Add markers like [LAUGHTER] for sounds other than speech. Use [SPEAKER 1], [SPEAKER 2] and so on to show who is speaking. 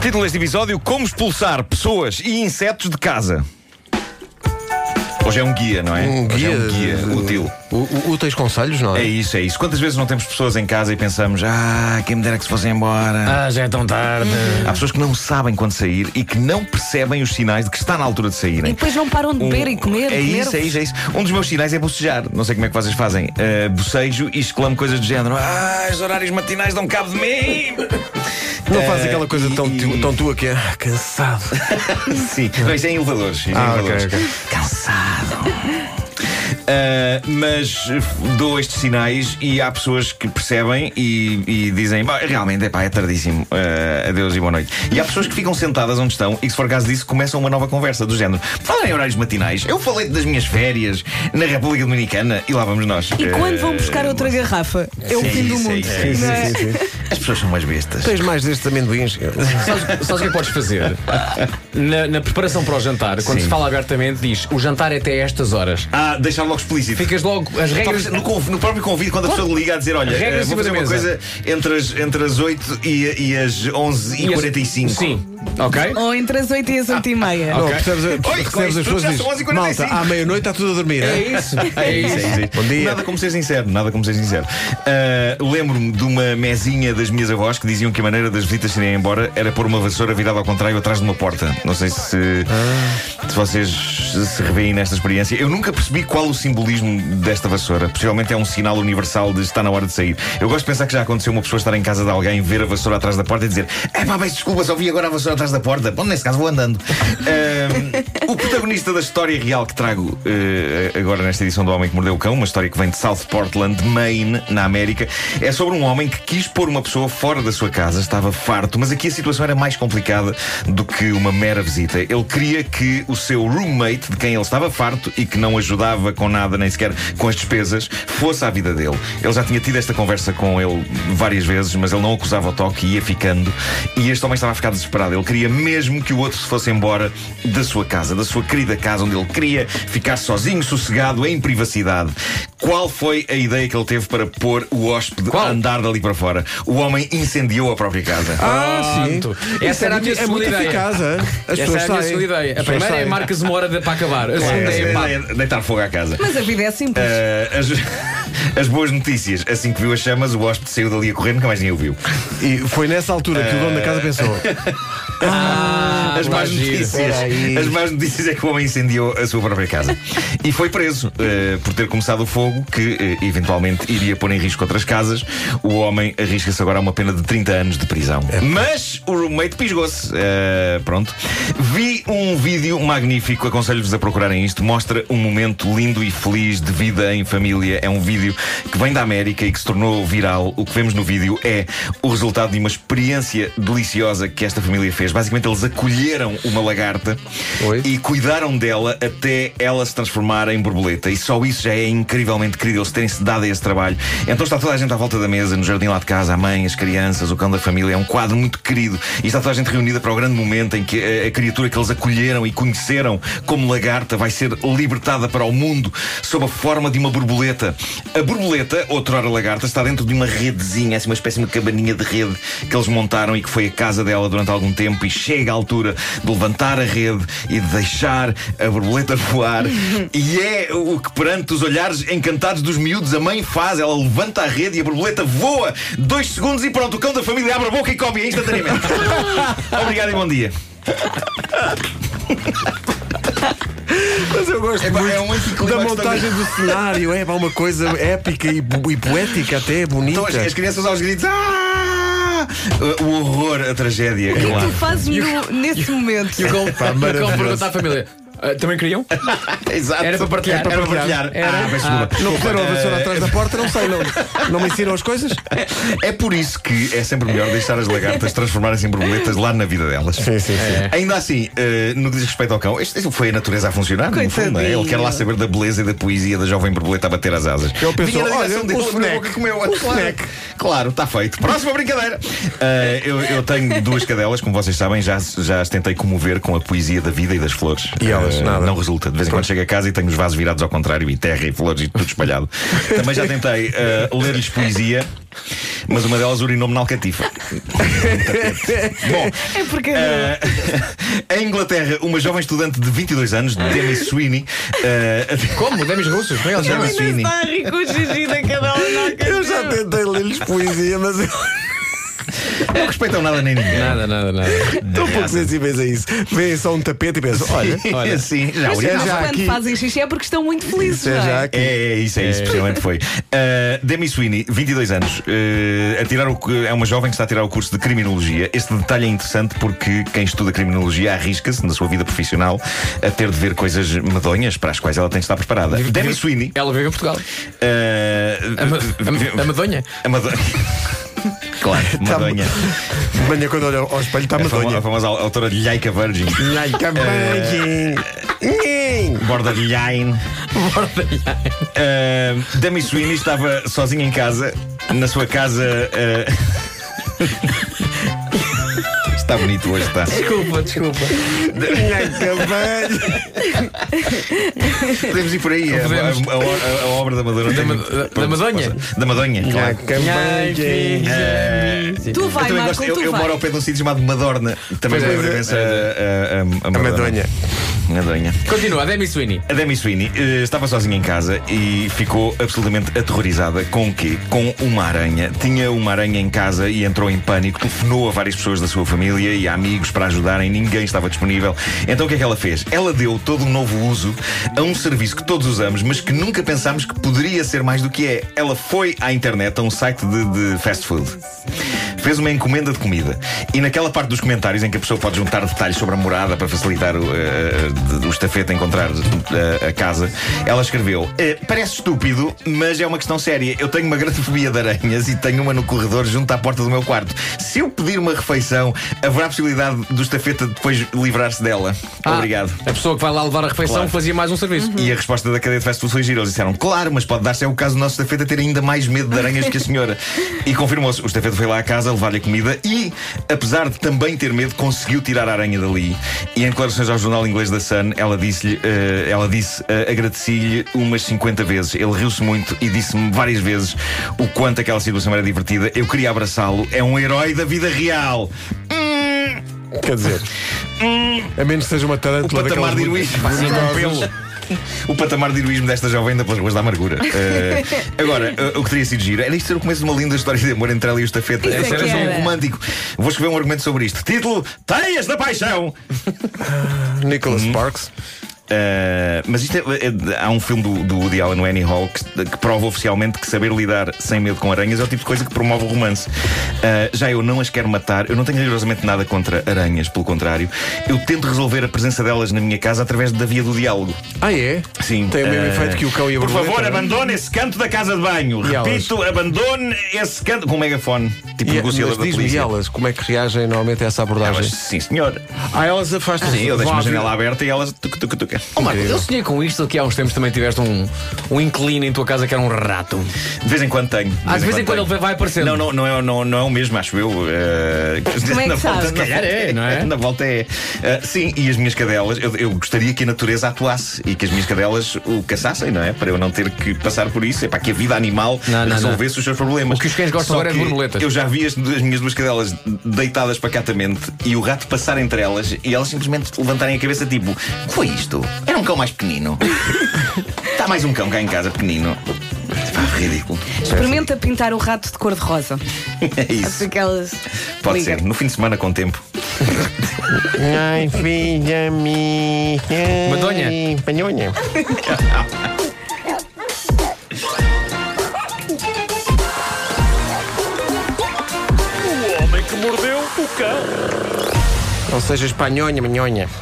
[SPEAKER 1] Título deste episódio: Como expulsar pessoas e insetos de casa. Hoje é um guia, não é?
[SPEAKER 2] Um
[SPEAKER 1] Hoje
[SPEAKER 2] guia,
[SPEAKER 1] é um guia
[SPEAKER 2] de-
[SPEAKER 1] útil.
[SPEAKER 2] U- u- úteis conselhos, não
[SPEAKER 1] É
[SPEAKER 2] é?
[SPEAKER 1] isso, é isso. Quantas vezes não temos pessoas em casa e pensamos, ah, quem me dera que se fossem embora?
[SPEAKER 3] Ah, já é tão tarde.
[SPEAKER 4] Uhum.
[SPEAKER 1] Há pessoas que não sabem quando sair e que não percebem os sinais de que está na altura de saírem.
[SPEAKER 4] E depois não param de
[SPEAKER 1] Um-
[SPEAKER 4] beber e comer.
[SPEAKER 1] É
[SPEAKER 4] comer.
[SPEAKER 1] isso, é isso, é isso. Um dos meus sinais é bocejar. Não sei como é que vocês fazem. Uh, bocejo e exclamo coisas do género. Ah, os horários matinais dão cabo de mim!
[SPEAKER 2] Não
[SPEAKER 1] Eh,
[SPEAKER 2] faz aquela coisa
[SPEAKER 1] e-
[SPEAKER 2] tão, tu- tão tua que é "Ah, cansado.
[SPEAKER 1] Sim, não, isto é em elevadores. isto é em
[SPEAKER 2] Ah, ok,
[SPEAKER 1] elevadores.
[SPEAKER 2] ok.
[SPEAKER 1] Cansado. Ah, mas eh, dou estes sinais e há pessoas que percebem e, e dizem "Bah, realmente epá, é tardíssimo, Ah, adeus e boa noite. E há pessoas que ficam sentadas onde estão e, se for caso disso, começam uma nova conversa do género. Falem em horários matinais, eu falei das minhas férias na República Dominicana e lá vamos nós.
[SPEAKER 4] E quando vão buscar
[SPEAKER 1] Ah,
[SPEAKER 4] outra garrafa? É o
[SPEAKER 1] Sim,
[SPEAKER 4] fim do
[SPEAKER 1] sim,
[SPEAKER 4] mundo.
[SPEAKER 1] sim,
[SPEAKER 4] não é?
[SPEAKER 1] As pessoas são umas bestas.
[SPEAKER 2] Tens mais destes amendoins?
[SPEAKER 3] Sabes, sabes o que é que podes fazer? Na, na preparação para o jantar, quando
[SPEAKER 1] Sim.
[SPEAKER 3] se fala abertamente, diz o jantar é até estas horas.
[SPEAKER 1] Ah, deixar logo explícito.
[SPEAKER 3] Ficas logo as regras.
[SPEAKER 1] Talvez No, conv- no próprio convite, quando a pessoa liga a dizer: Olha,
[SPEAKER 3] Regras
[SPEAKER 1] eh,
[SPEAKER 3] em
[SPEAKER 1] vou
[SPEAKER 3] cima
[SPEAKER 1] fazer
[SPEAKER 3] da
[SPEAKER 1] uma coisa
[SPEAKER 3] mesa.
[SPEAKER 1] entre as, entre as 8 e, e as 11 e,
[SPEAKER 3] E as-
[SPEAKER 1] 45.
[SPEAKER 3] Sim, ok?
[SPEAKER 4] Ou entre as 8 e as 8 e meia.
[SPEAKER 1] Ah,
[SPEAKER 2] Não,
[SPEAKER 3] Ok.
[SPEAKER 2] percebes,
[SPEAKER 1] com
[SPEAKER 2] percebes
[SPEAKER 1] isto
[SPEAKER 2] as
[SPEAKER 1] tudo
[SPEAKER 2] pessoas
[SPEAKER 1] já
[SPEAKER 2] e
[SPEAKER 1] são 11h45.
[SPEAKER 2] dizes, Malta, à meia-noite está tudo a dormir.
[SPEAKER 3] É
[SPEAKER 2] é?"
[SPEAKER 3] isso, é
[SPEAKER 1] Sim,
[SPEAKER 3] isso.
[SPEAKER 1] sim.
[SPEAKER 2] Bom dia.
[SPEAKER 1] Nada como ser sincero, nada como ser sincero. Ah, Lembro-me de uma mesinha das minhas avós que diziam que a maneira das visitas se irem embora era pôr uma vassoura virada ao contrário atrás de uma porta. Não sei se, se vocês se revêem nesta experiência. Eu nunca percebi qual o simbolismo desta vassoura. Possivelmente é um sinal universal de estar na hora de sair. Eu gosto de pensar que já aconteceu uma pessoa estar em casa de alguém, ver a vassoura atrás da porta e dizer: É pá, mas desculpa, só vi agora a vassoura atrás da porta. Bom, nesse caso vou andando. Ah, o protagonista da história real que trago eh, agora nesta edição do Homem que Mordeu o Cão, uma história que vem de South Portland, Maine, na América, é sobre um homem que quis pôr uma pessoa fora da sua casa, estava farto, mas aqui a situação era mais complicada do que uma mera visita. Ele queria que o seu roommate, de quem ele estava farto e que não ajudava com nada, nem sequer com as despesas, fosse à vida dele. Ele já tinha tido esta conversa com ele várias vezes, mas ele não acusava o toque e ia ficando. E este homem estava a ficar desesperado. Ele queria mesmo que o outro se fosse embora da sua casa, da sua querida casa, onde ele queria ficar sozinho, sossegado, em privacidade. Qual foi a ideia que ele teve para pôr o hóspede
[SPEAKER 3] Qual?
[SPEAKER 1] a andar dali para fora? O homem incendiou a própria casa.
[SPEAKER 2] Ah, sim.
[SPEAKER 3] Pronto. Essa era a minha
[SPEAKER 2] muito- é muito
[SPEAKER 3] segunda ideia.
[SPEAKER 2] eficaz, é? As
[SPEAKER 3] Essa
[SPEAKER 2] pessoas
[SPEAKER 3] era a minha
[SPEAKER 2] saem.
[SPEAKER 3] segunda ideia. A
[SPEAKER 2] As pessoas
[SPEAKER 3] primeira é
[SPEAKER 2] saem.
[SPEAKER 3] marcas uma hora de- para acabar. A segunda
[SPEAKER 1] Essa
[SPEAKER 3] é pá.
[SPEAKER 1] ideia de deitar fogo à casa.
[SPEAKER 4] Mas a vida é simples.
[SPEAKER 1] Ah, as, as [LAUGHS] boas notícias. Assim que viu as chamas, o hóspede saiu dali a correr, nunca mais nem o viu.
[SPEAKER 2] E foi nessa altura que o dono da
[SPEAKER 3] Eh.
[SPEAKER 2] casa pensou.
[SPEAKER 3] é,
[SPEAKER 1] as más
[SPEAKER 3] giro.
[SPEAKER 1] notícias.
[SPEAKER 2] Era isso.
[SPEAKER 1] As más notícias é que o homem incendiou a sua própria casa. e foi preso eh, por ter começado o fogo, que eh, eventualmente iria pôr em risco outras casas. O homem arrisca-se agora a uma pena de 30 anos de prisão. Mas o roommate pisgou-se. Eh, pronto. Vi um vídeo magnífico, aconselho-vos a procurarem isto. Mostra um momento lindo e feliz de vida em família. É um vídeo que vem da América e que se tornou viral. O que vemos no vídeo é o resultado de uma experiência deliciosa que esta família fez. Basicamente, eles acolheram uma lagarta
[SPEAKER 2] Oi?
[SPEAKER 1] e cuidaram dela até ela se transformar em borboleta. E só isso já é incrivelmente querido, eles terem-se dado a esse trabalho. Então está toda a gente à volta da mesa, no jardim lá de casa, a mãe, as crianças, o cão da família. É um quadro muito querido. E está toda a gente reunida para o grande momento em que a, a criatura que eles acolheram e conheceram como lagarta vai ser libertada para o mundo sob a forma de uma borboleta. A borboleta, outrora lagarta, está dentro de uma redezinha, assim uma espécie de uma cabaninha de rede que eles montaram e que foi a casa dela durante algum tempo e chega a altura de levantar a rede e de deixar a borboleta
[SPEAKER 4] [LAUGHS]
[SPEAKER 1] voar. e é o que perante os olhares encantados dos miúdos a mãe faz. Ela levanta a rede e a borboleta voa. Dois segundos e pronto, o cão da família abre a boca e come instantaneamente.
[SPEAKER 4] [LAUGHS]
[SPEAKER 1] Obrigado e bom dia.
[SPEAKER 2] Mas eu gosto
[SPEAKER 1] É pá,
[SPEAKER 2] muito
[SPEAKER 1] é um anticlimax
[SPEAKER 2] da montagem do cenário. É pá, uma coisa épica e, bo- e poética até, bonita.
[SPEAKER 1] Então as, as crianças aos gritos. "Ah!" O horror, a tragédia.
[SPEAKER 4] O que é que
[SPEAKER 1] claro.
[SPEAKER 4] tu fazes
[SPEAKER 1] [LAUGHS]
[SPEAKER 4] no- nesse momento?
[SPEAKER 3] E o cão-
[SPEAKER 2] Epá,
[SPEAKER 3] e o cão
[SPEAKER 2] maravilhoso.
[SPEAKER 3] pergunta à família: "Ah, também queriam?
[SPEAKER 1] Exato.
[SPEAKER 3] Era para partilhar.
[SPEAKER 1] Era para partilhar.
[SPEAKER 3] Era.
[SPEAKER 1] Ah, peço
[SPEAKER 3] Ah.
[SPEAKER 1] desculpa. eh,
[SPEAKER 2] Não puseram a vassoura atrás da porta, não sei, não, não me ensinam as coisas?
[SPEAKER 1] É por isso que é sempre melhor deixar as lagartas transformarem-se em borboletas lá na vida delas.
[SPEAKER 2] Sim, sim, sim.
[SPEAKER 1] Ainda assim, eh, no que diz respeito ao cão, este este foi a natureza a funcionar, no fundo, não é?
[SPEAKER 4] Coitadinho.
[SPEAKER 1] Ele quer lá saber da beleza e da poesia da jovem borboleta a bater as asas.
[SPEAKER 2] Ele pensou,
[SPEAKER 1] Vinha na direção
[SPEAKER 2] olha,
[SPEAKER 1] dele, abriu
[SPEAKER 2] o
[SPEAKER 1] a
[SPEAKER 2] snack,
[SPEAKER 1] boca e comeu.
[SPEAKER 2] o
[SPEAKER 1] Claro,
[SPEAKER 2] snack.
[SPEAKER 1] Claro, está feito. Próxima brincadeira. Eh, eu, eu tenho duas cadelas, como vocês sabem, já, já as tentei comover com a poesia da vida e das flores.
[SPEAKER 2] E elas Nada, nada.
[SPEAKER 1] Eh, Não resulta. De vez em quando chego a casa e tenho os vasos virados ao contrário e terra e flores e tudo
[SPEAKER 3] [LAUGHS]
[SPEAKER 1] espalhado. Também já tentei eh, ler-lhes poesia, mas uma delas urinou-me na alcatifa.
[SPEAKER 3] [LAUGHS]
[SPEAKER 1] Bom,
[SPEAKER 4] É porque.
[SPEAKER 1] Ah, eh, em Inglaterra, uma jovem estudante de 22 anos, Demi Sweeney, eh,
[SPEAKER 3] Como? Demis russos? Como é que eles
[SPEAKER 4] ele
[SPEAKER 3] chamam?
[SPEAKER 4] ainda
[SPEAKER 1] Sweeney.
[SPEAKER 4] está a rir com o xixi da cadela.
[SPEAKER 2] Eu já tentei ler-lhes poesia, mas eu
[SPEAKER 1] não respeitam nada nem ninguém.
[SPEAKER 3] Nada, nada, nada.
[SPEAKER 2] estou pouco sensíveis a isso. Vêem só um tapete e pensam: olha,
[SPEAKER 1] [LAUGHS]
[SPEAKER 3] olha. é
[SPEAKER 1] Sim, é já
[SPEAKER 4] Mas
[SPEAKER 1] urinaram.
[SPEAKER 4] sabes
[SPEAKER 2] já
[SPEAKER 4] quando
[SPEAKER 2] aqui.
[SPEAKER 4] fazem xixi é porque estão muito felizes,
[SPEAKER 2] isso é
[SPEAKER 4] não
[SPEAKER 2] já
[SPEAKER 4] é?
[SPEAKER 2] aqui.
[SPEAKER 1] É, é isso, é isso, precisamente foi. Uh, Demi Sweeney, 22 anos, uh, a tirar o, cu- é uma jovem que está a tirar o curso de criminologia. Este detalhe é interessante porque quem estuda criminologia arrisca-se, na sua vida profissional, a ter de ver coisas medonhas para as quais ela tem de estar preparada. Demi Sweeney.
[SPEAKER 3] Ela vive em Portugal.
[SPEAKER 1] uh,
[SPEAKER 3] É. A, ma
[SPEAKER 1] vi-
[SPEAKER 3] a, a Madonha.
[SPEAKER 1] a Madonha. [LAUGHS] Claro, Madonha.
[SPEAKER 2] de manhã quando olho ao espelho está
[SPEAKER 1] A famo- a
[SPEAKER 2] medonha.
[SPEAKER 1] famosa autora de Laika Virgin.
[SPEAKER 2] Ai, que imagem.
[SPEAKER 1] É.
[SPEAKER 2] Nhém.
[SPEAKER 1] Borderline. Borderline. Eh, Demi Sweeney estava sozinha em casa, na sua casa. eh, ah, [LAUGHS] está bonito hoje, está.
[SPEAKER 3] Desculpa, desculpa.
[SPEAKER 2] Ai, que imagem.
[SPEAKER 1] Podemos ir por aí. é A,
[SPEAKER 3] Podemos.
[SPEAKER 1] a- a- a obra da Madonna.
[SPEAKER 3] Da
[SPEAKER 1] tem
[SPEAKER 3] Ma-
[SPEAKER 1] muito-
[SPEAKER 3] da- da
[SPEAKER 1] pronto,
[SPEAKER 3] Madonha?
[SPEAKER 1] posso- Da Madonha,
[SPEAKER 2] Ai,
[SPEAKER 1] claro. Eh,
[SPEAKER 2] que imagem.
[SPEAKER 4] Tu
[SPEAKER 1] Eu
[SPEAKER 4] vai,
[SPEAKER 1] também
[SPEAKER 4] Marco,
[SPEAKER 1] gosto, eu,
[SPEAKER 4] tu
[SPEAKER 1] eu
[SPEAKER 4] vai.
[SPEAKER 1] moro ao pé de um sítio chamado Madorna. Também
[SPEAKER 2] Pois
[SPEAKER 1] me
[SPEAKER 2] é,
[SPEAKER 1] lembra
[SPEAKER 2] é,
[SPEAKER 1] imenso a, eh, a, a, a
[SPEAKER 2] A medonha.
[SPEAKER 1] Madonha.
[SPEAKER 3] Continua, Demi Sweeney.
[SPEAKER 1] A Demi Sweeney eh, estava sozinha em casa e ficou absolutamente aterrorizada com o quê? Com uma aranha. Tinha uma aranha em casa e entrou em pânico, telefonou a várias pessoas da sua família e a amigos para ajudarem, ninguém estava disponível. Então o que é que ela fez? Ela deu todo um novo uso a um serviço que todos usamos, mas que nunca pensámos que poderia ser mais do que é. Ela foi à internet, a um site de, de fast food. Fez uma encomenda de comida e naquela parte dos comentários em que a pessoa pode juntar detalhes sobre a morada para facilitar o, eh, de- o estafeta a encontrar eh, a casa, ela escreveu: "Eh, Parece estúpido, mas é uma questão séria. Eu tenho uma grande [LAUGHS] fobia de aranhas e tenho uma no corredor junto à porta do meu quarto. Se eu pedir uma refeição, haverá a possibilidade do estafeta depois livrar-se dela.
[SPEAKER 3] Ah,
[SPEAKER 1] Obrigado.
[SPEAKER 3] A pessoa que vai lá levar a refeição
[SPEAKER 1] Claro.
[SPEAKER 3] fazia mais um serviço.
[SPEAKER 1] E a resposta da cadeia de fast food foi gira. Eles disseram, claro, mas pode dar-se é o caso do nosso estafeta ter ainda mais medo de aranhas que a senhora. E confirmou-se. O estafeta foi lá à casa levar-lhe a comida e, apesar de também ter medo, conseguiu tirar a aranha dali. E em declarações ao jornal inglês da Sun, ela disse-lhe, eh, ela disse, eh, agradeci-lhe umas 50 vezes. Ele riu-se muito e disse-me várias vezes o quanto aquela situação era divertida. Eu queria abraçá-lo. É um herói da vida real.
[SPEAKER 2] Quer dizer, a menos que seja uma tarântula
[SPEAKER 1] O patamar de
[SPEAKER 2] daquelas
[SPEAKER 1] heroísmo.
[SPEAKER 2] venenosas.
[SPEAKER 1] Pelo- O patamar de heroísmo desta jovem ainda pelas ruas da
[SPEAKER 4] [LAUGHS]
[SPEAKER 1] amargura. Eh, agora, eh, o que teria sido giro era isto ser o começo de uma linda história de amor entre ela e o estafeta.
[SPEAKER 4] Isso é
[SPEAKER 1] Esse era
[SPEAKER 4] que
[SPEAKER 1] só um
[SPEAKER 4] era.
[SPEAKER 1] romântico. Vou escrever um argumento sobre isto. Título: Teias da Paixão!
[SPEAKER 2] Nicholas
[SPEAKER 1] Uhum.
[SPEAKER 2] Sparks.
[SPEAKER 1] Uh, mas isto é, é- há um filme do, do Woody Allen, o Annie Hall, que, que prova oficialmente que saber lidar sem medo com aranhas é o tipo de coisa que promove o romance. Uh, já eu não as quero matar, eu não tenho rigorosamente nada contra aranhas, pelo contrário. Eu tento resolver a presença delas na minha casa através da via do diálogo.
[SPEAKER 2] Ah, é?
[SPEAKER 1] Sim.
[SPEAKER 2] Tem o mesmo
[SPEAKER 1] eh,
[SPEAKER 2] efeito que o cão e a
[SPEAKER 1] Por
[SPEAKER 2] borboleta,
[SPEAKER 1] favor,
[SPEAKER 2] não é?
[SPEAKER 1] abandone esse canto da casa de banho.
[SPEAKER 2] elas?
[SPEAKER 1] Repito, abandone esse canto. Com um megafone, tipo
[SPEAKER 2] E, é,
[SPEAKER 1] negociador
[SPEAKER 2] mas
[SPEAKER 1] da
[SPEAKER 2] diz-me
[SPEAKER 1] polícia.
[SPEAKER 2] elas como é que reagem normalmente a essa abordagem.
[SPEAKER 1] Elas, sim, senhor.
[SPEAKER 2] Ah, elas afastam-se.
[SPEAKER 1] Sim, eu deixo
[SPEAKER 2] Vão
[SPEAKER 1] uma
[SPEAKER 2] à
[SPEAKER 1] janela aberta e elas. Tuc, tuc, tuc.
[SPEAKER 3] Oh, Marco, eu sonhei com isto que há uns tempos também tiveste um, um inclino em tua casa que era um rato.
[SPEAKER 1] De vez em quando tenho.
[SPEAKER 3] Ah, de vez em quando
[SPEAKER 1] tenho.
[SPEAKER 3] ele vai aparecendo.
[SPEAKER 1] Não, não, não, é, não, não é o mesmo, acho eu. eh,
[SPEAKER 4] Como é que
[SPEAKER 1] na volta,
[SPEAKER 4] sabes?
[SPEAKER 1] se calhar é, não é? Na volta é. Eh, sim, e as minhas cadelas, eu, eu gostaria que a natureza atuasse e que as minhas cadelas o caçassem, não é? Para eu não ter que passar por isso. É para que a vida animal
[SPEAKER 3] Não, não,
[SPEAKER 1] resolvesse os seus problemas.
[SPEAKER 3] O que os cães gostam
[SPEAKER 1] Só
[SPEAKER 3] agora é de
[SPEAKER 1] que
[SPEAKER 3] borboletas.
[SPEAKER 1] Eu já vi as, as minhas duas cadelas deitadas pacatamente e o rato passar entre elas e elas simplesmente levantarem a cabeça, tipo: "O que foi isto? Era um cão mais
[SPEAKER 4] [LAUGHS]
[SPEAKER 1] pequenino. Está mais um cão cá em casa pequenino. Pá, ridículo.
[SPEAKER 4] Experimenta pintar o rato de cor-de-rosa.
[SPEAKER 1] [LAUGHS] É isso.
[SPEAKER 4] Aquelas.
[SPEAKER 1] Pode
[SPEAKER 4] Liga.
[SPEAKER 1] ser, no fim de semana com tempo.
[SPEAKER 2] janela. Ai, filha minha.
[SPEAKER 3] Madonha.
[SPEAKER 2] Panhonha.
[SPEAKER 5] O homem que mordeu o cão.
[SPEAKER 2] Não sejas panhonha, manhonha.